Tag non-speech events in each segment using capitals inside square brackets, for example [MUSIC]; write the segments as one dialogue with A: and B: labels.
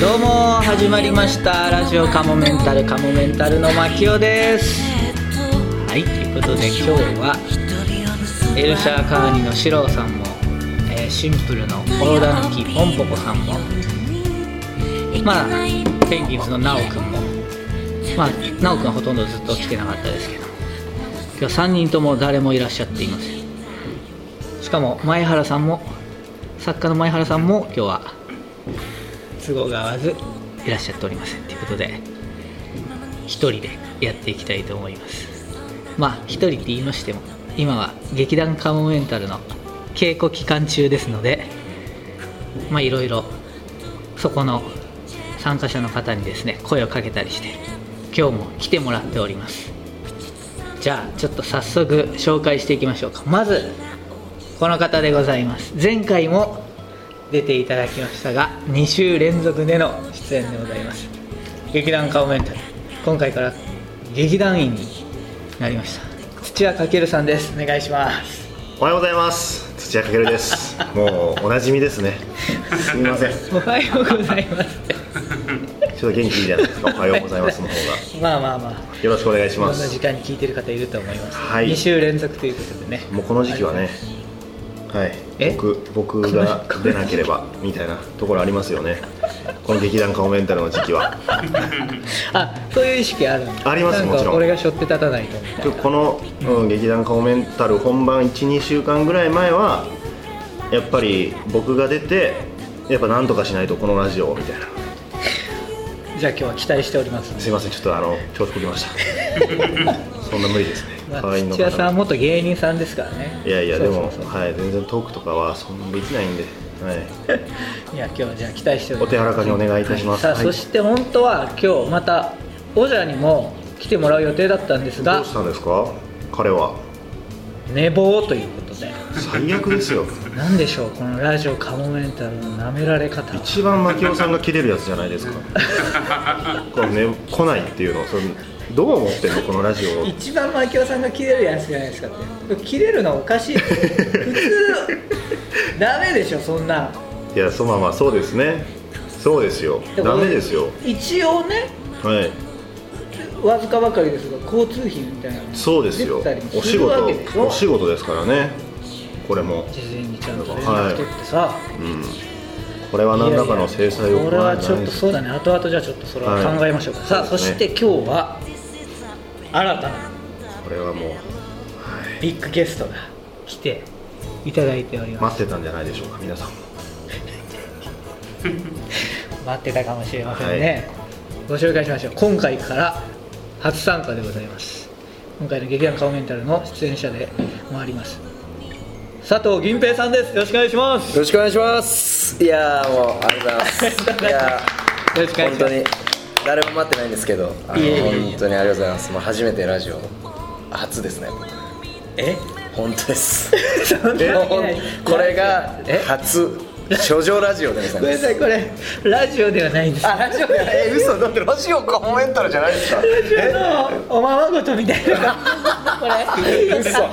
A: どうも始まりましたラジオカモメンタルカモメンタルの牧雄ですはいということで今日はエルシャーカーニのシローさんも、えーシンプルのオロダヌキポンポコさんもまあペンギンズのナオくんもまあナオくんはほとんどずっと来てなかったですけど今日3人とも誰もいらっしゃっていませんしかも前原さんも作家の前原さんも今日は都合が合わずいらっしゃっておりませんということで一人でやっていきたいと思いますまあ一人って言いましても今は劇団カモメンタルの稽古期間中ですのでまあいろいろそこの参加者の方にですね声をかけたりして今日も来てもらっておりますじゃあちょっと早速紹介していきましょうかまずこの方でございます前回も出ていただきましたが2週連続での出演でございます劇団カモメンタル今回から劇団員になりました土屋翔さんですお願いします
B: おはようございます土屋かけるですもうおなじみですねすみませんち
A: おはようございますって
B: ょっと元気いいじゃないですかおはようございますの方が
A: [LAUGHS] まあまあまあ
B: よろしくお願いし
A: こ
B: ま
A: んな時
B: す
A: 間に聞いてる方いると思います、
B: はい
A: 2週連続ということでね
B: もうこの時期はねはい
A: え
B: 僕僕が出なければみたいなところありますよねこの劇団カモメンタルの時期は
A: あそういう意識あるんだ
B: あります
A: なんか
B: もちろん
A: 俺がしょって立たないとみたいな
B: この、うん、劇団カモメンタル本番12週間ぐらい前はやっぱり僕が出てやっぱなんとかしないとこのラジオをみたいな
A: じゃあ今日は期待しております
B: すいませんちょっとあの調子こきました
A: [LAUGHS]
B: そんな無理ですね
A: まあ
B: 会員の
A: 土屋さんは
B: 方
A: 元芸人さんですからね
B: いやいや
A: そ
B: で
A: うそう
B: も
A: そう
B: はい全然トークとかはそんなできないんで、はい
A: や今日はじゃあ期待しており
B: い、お
A: ます
B: 手柔らかにお願いいたします、
A: さあ、
B: はい
A: そして本当は今日またオジャにも来てもらう予定だったんです
B: ど
A: が
B: うしたんですか彼は
A: 寝坊ということで
B: 最悪ですよ
A: 何でしょうこのラジオカモメンタルの舐められ方は
B: 一番牧雄さんが切れるやつじゃない
A: [LAUGHS]
B: ですかこのね来ないっていうのそのどう思ってんのこのラジオを
A: 一番マキオさんが切れるやつじゃないですかって切れるのおかしい普通ダメでしょそんない
B: やそうまあまあそうですねそうですよダメですよ
A: 一応ね
B: はい
A: わずかばかりですが交通費みたいなの
B: そうですよ
A: 出たりも
B: お
A: す
B: 仕
A: るわ
B: 事
A: けでしょ
B: お仕事ですからねこれも
A: 事前にちゃんと連絡取ってさ、
B: うんこれは何らかの制裁を
A: こ
B: 行
A: れ
B: わ
A: は
B: ない
A: ちょっとそうだね後々じゃあちょっとそれは考えましょうか、
B: はい
A: さあそ
B: そ
A: う
B: です
A: し
B: ね
A: て今日は新たな
B: これはもう
A: ビッグゲストが来ていただいております、
B: 待ってたんじゃないでしょうか皆さんも
A: 待ってたかもしれませんね、ご紹介しましょう今回から初参加でございます今回の劇団顔メンタルの出演者でもあります佐藤銀平さんですよろしくお願いします
C: よろしくお願いしますいやーもうありがとうございますいや
A: よろしくお
C: ー
A: 願い
C: 本
A: しま
C: 当
A: す
C: に誰も待ってないんですけどあの
A: いえいえいえ
C: 本当にありがとうございますもう初めてラジオ初ですね
A: え
C: 本当です
A: そんなわけない
C: これが
A: え
C: 初初上ラジオでござ
A: ご
C: い
A: めん
C: ま
A: な
C: す
A: さいこれラジオではないんです
C: あラジオでえ嘘だってラジオコメンタルじゃないです
A: [LAUGHS]
C: か
A: おおままごとみたいなこれ
C: 嘘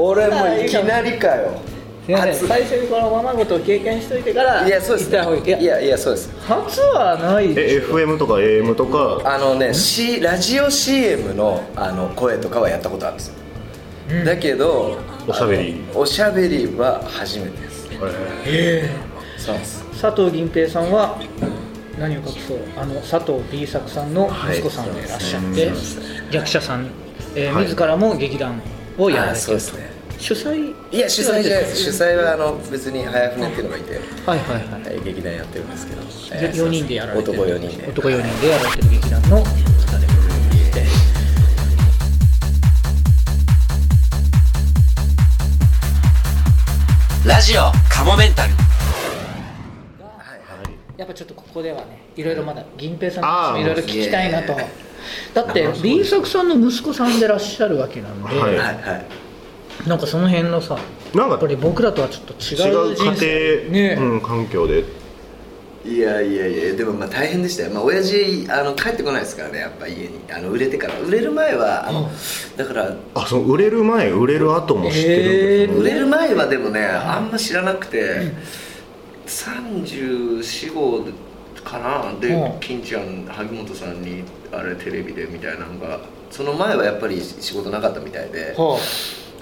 C: 俺もういきなりかよ
A: すいません
C: 初
A: 最初にこのおままごとを経験しといてから
C: いやそうです
A: 行った方がいいいや
C: いやいやそうです
A: 初はないで
B: え FM とか AM とか
C: あのね、C、ラジオ CM のあの声とかはやったことあるんですよ、だけど
B: おしゃべり
C: あのおしゃべりは初めてです
B: え
C: そうなんです
A: 佐藤銀平さんは何を隠そうあの佐藤 B 作さんの息子さんでいらっしゃって、
C: はいそうです
A: 役者さん、えー
B: はい
A: 自らも劇団をやら
C: あ
A: れて
C: そう
A: る
C: ですね
A: 主催
C: いや主催じゃないです主
A: 主
C: 催はあの別に早船っていうのがいて、
A: はいはいはい
C: はい、劇団やってるんですけど、
A: で4人でやられてる
C: 男4人で
A: 男4人でやられてる劇団の方でございます
D: ラジオカモメンタル
A: やっぱちょっとここではねいろいろまだ銀平さんの
B: あ
A: 話
B: あ
A: もいろいろ聞きたいなとだって
B: あそう
A: B 作さんの息子さんでいらっしゃるわけなんで、
B: はい
C: はいはい
A: なんかその辺のさ
B: なん
A: やっぱ
B: か
A: り僕らとはちょっと
B: 違
A: 違う
B: う
A: 人生
B: 家庭、
A: ね
B: うん、環境で
C: いやいやいやでもまあ大変でしたよ、まあ、親父あの帰ってこないですからねやっぱ家にあの売れてから売れる前はあの、だから
B: あその売れる前売れる後も知ってるんです
C: 売
B: ね、
C: れる前はでもねあんま知らなくて3 4 5かなで、
A: うん
C: 金ちゃん萩本さんにあれテレビでみたいなのがその前はやっぱり仕事なかったみたいで、
A: は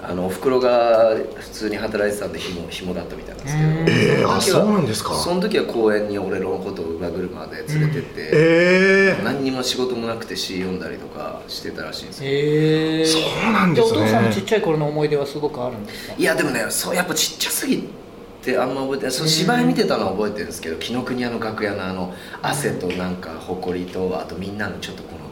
C: あのおふくろが普通に働いてたんで紐紐だったみたいなんです
A: う、
C: けど
A: ん
B: えーあ
C: そ
B: そ
C: の時は
B: うなんですか
C: その時は公園に俺のことを馬車で連れてって、
B: ええ
C: 何にも仕事もなくて詩読んだりとかしてたらしいんですよ
A: えー、
B: そうなんですね
A: じゃあお父さんのちっちゃい頃の思い出はすごくあるんですか
C: いやでもねそうやっぱちっちゃすぎてあんま覚えてないその芝居見てたのは覚えてるんですけど紀ノ国屋の楽屋のあの汗となんか埃とあとみんなのちょっとこの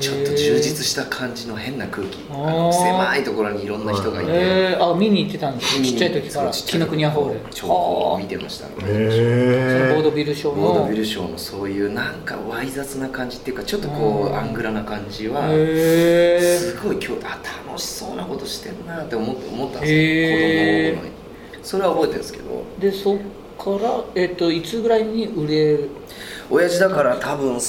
C: ちょっと充実した感じの変な空気あの
A: あー
C: 狭いところにいろんな人がいて、
A: えー、あ見に行ってたんですねちっちゃい時から
C: そう
A: 紀ノ国屋ホール
C: ちょうど見てましたね
A: はあそのボー
B: え
A: ドビルショーの
C: ボードビルショーのそういうなんかわい雑な感じっていうかちょっとこ
A: う
C: うんアングラな感じは
A: へ
C: すごい今日あ楽しそうなことしてんなって思って思ったんですよ、
A: へー
C: 子供の頃にそれは覚えてるんですけど
A: ー、でそっから、えっといつぐらいに売れる
C: 親父だから多分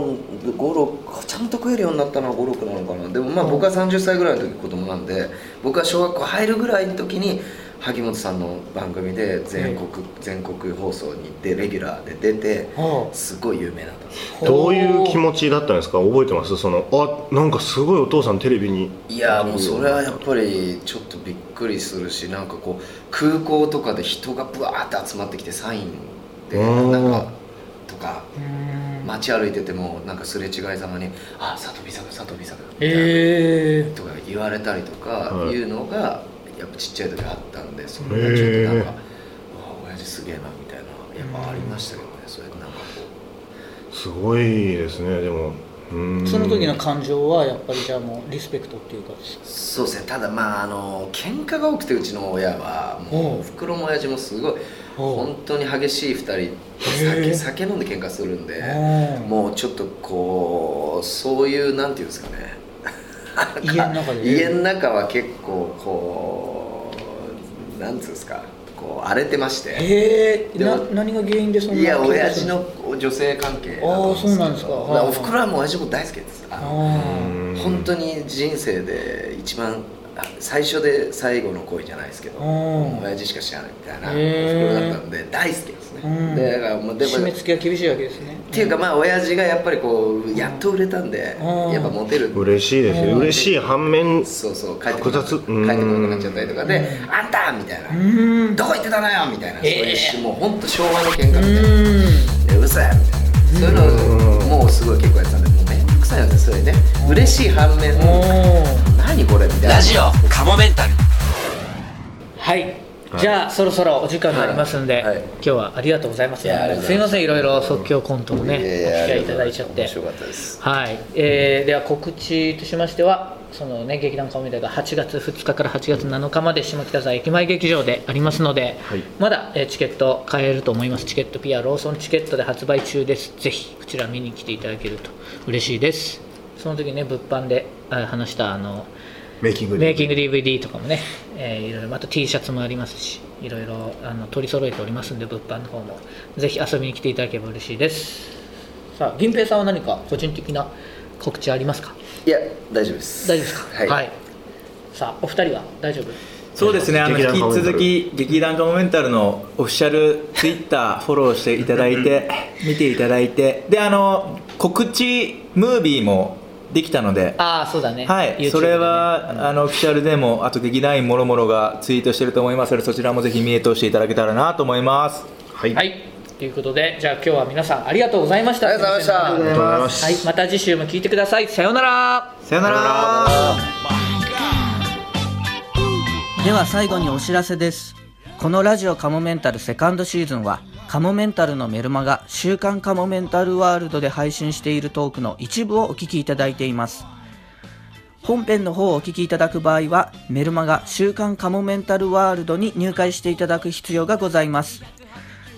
C: 3456ちゃんと食えるようになったのは56なのかなでもまあ僕は30歳ぐらいの時子供なんで僕は小学校入るぐらいの時に萩本さんの番組で全国、全国放送に行ってレギュラーで出て
A: はあ
C: すごい有名になったんです
B: ー、どういう気持ちだったんですか覚えてますそのあなんかすごいお父さんテレビに
C: いやーもうそれはやっぱりちょっとびっくりするしなんかこう空港とかで人がブワーって集まってきてサインで
B: うん
C: なんかとか
A: うーん
C: 街歩いててもなんかすれ違いざまに「あ佐藤美佐子佐藤美佐子」みたいな
A: え
C: とか言われたりとか
B: はい
C: いうのがやっぱちっちゃい時あったんでそれがちょっと
B: へ
C: なんか
B: ー
C: 「ああ親父すげえな」みたいなやっぱありましたけどねそれなんかこ
B: すごいですねでもうーん
A: その時の感情はやっぱりじゃあもうリスペクトっていうか
C: うそうですねただまああの喧嘩が多くてうちの親はも
A: おう
C: う袋も親父もすごい
A: おう
C: 本当に激しい2人
A: へー
C: 酒酒飲んで喧嘩するんでもうちょっとこうそういうなんていうんですかね
A: [LAUGHS] 家の中で
C: 家の中は結構こうなんつうんですかこう荒れてまして
A: えー、
C: でも
A: な何が原因でそんない
C: や
A: 喧嘩する
C: 親父の女性関係だと思
A: あーそうなんですか
C: けど
A: はいはい
C: おふくろはもう親父も大好きですあ
A: あ
C: の
B: うん
C: 本当に人生で一番あ最初で最後の恋じゃないですけど
A: うん
C: 親父しか知らないみたいなお
A: へー
C: ふくろだったんで大好きですね
A: うん
C: でだからもうでも
A: 締め付けは厳しいわけですね
C: っていうかまあ親父がやっぱりこうやっと売れたんで
A: うん
C: やっぱモテる
B: 嬉しいですね
A: うん
B: 嬉しい反面
C: そうそう帰ってこな
B: 複雑
C: 帰
B: うん
C: ってこなくなっちゃったりとかで
A: う
C: 「あんた!」みたいな
A: うーん
C: どこ行ってたのよみたいな、
A: ええ
C: そういうもう本当昭和の喧嘩みた
A: う
C: いな
A: ーん
C: でうそやみたいなそういうのをもうすごい結構やってたんでもうめんどくさいよねそれね嬉しい反面
A: おー
C: 何これみたいな
D: ラジオカモメンタル
A: はいじゃあそろそろお時間がありますんで、
C: はいはい
A: 今日はありがとうございます
C: いやありがとうご
A: す
C: ざ
A: い
C: いま
A: ますせんいろいろ即興コントをねお
C: いやいや
A: 付き合いいただいちゃって
C: 面白かったです
A: はい、えーでは告知としましてはそのね劇団カモメタが8月2日から8月7日まで下北沢駅前劇場でありますので、
B: はい
A: まだ、えーチケット買えると思いますチケットピアローソンチケットで発売中ですぜひこちら見に来ていただけると嬉しいですその時ね物販であ話したあの
B: メイキング
A: メイキング DVD とかもね、えーいろいろまた T シャツもありますしいろいろあの取り揃えておりますんで物販の方もぜひ遊びに来ていただければ嬉しいですさあ銀平さんは何か個人的な告知ありますか
C: いや大丈夫です
A: 大丈夫ですか
C: はい、
A: さあお二人は大丈夫
E: そうですねあの
B: 劇
E: 引
B: 団
E: き
B: カモメンタル
E: 続き劇団カモメンタルのオフィシャルツイッターフォローしていただいて見ていただいてであの告知ムービーもできたので
A: ああそうだね
E: はい、
A: YouTube でね
E: それは、あのオフィシャルでもあと劇団員もろもろがツイートしてると思いますのでそちらもぜひ見え通していただけたらなと思います
B: はい、
A: は
B: あり
A: いということでじゃあ今日は皆さんありがとうございました
C: ありがとうございました
B: がとうございます、
A: はい、また次週も聞いてくださいさようなら
E: さよなら
A: では最後にお知らせですこのラジオカモメンタルセカンドシーズンはカモメンタルのメルマが週刊カモメンタルワールドで配信しているトークの一部をお聞きいただいています本編の方をお聞きいただく場合はメルマが週刊カモメンタルワールドに入会していただく必要がございます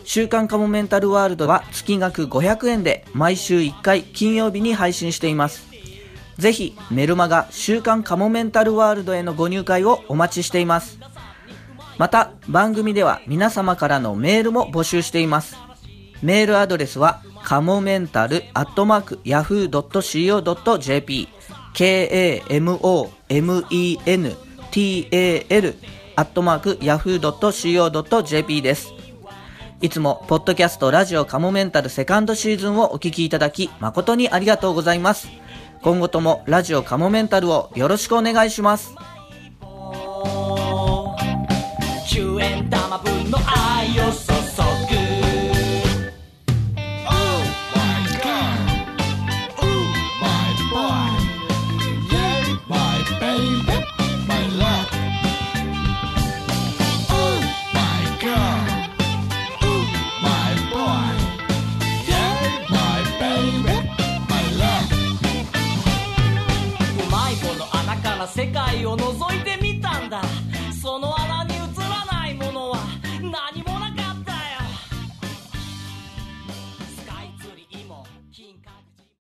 A: 週刊カモメンタルワールドは月額500円で毎週1回金曜日に配信していますぜひメルマガ週刊カモメンタルワールドへのご入会をお待ちしています。また番組では皆様からのメールも募集しています。メールアドレスはカモメンタルアットマークヤフー .co.jp k-a-m-o-m-e-n-t-a-l アットマークヤフー .co.jp です。
F: いつも、ポッドキャストラジオカモメンタルセカンドシーズンをお聞きいただき、誠にありがとうございます。今後ともラジオカモメンタルをよろしくお願いします。
G: 10円玉分の愛を注ぐ Oh my god Oh my boy Yeah my baby my love Oh my god Oh my boy Yeah my baby my love うまい棒の穴から世界を覗い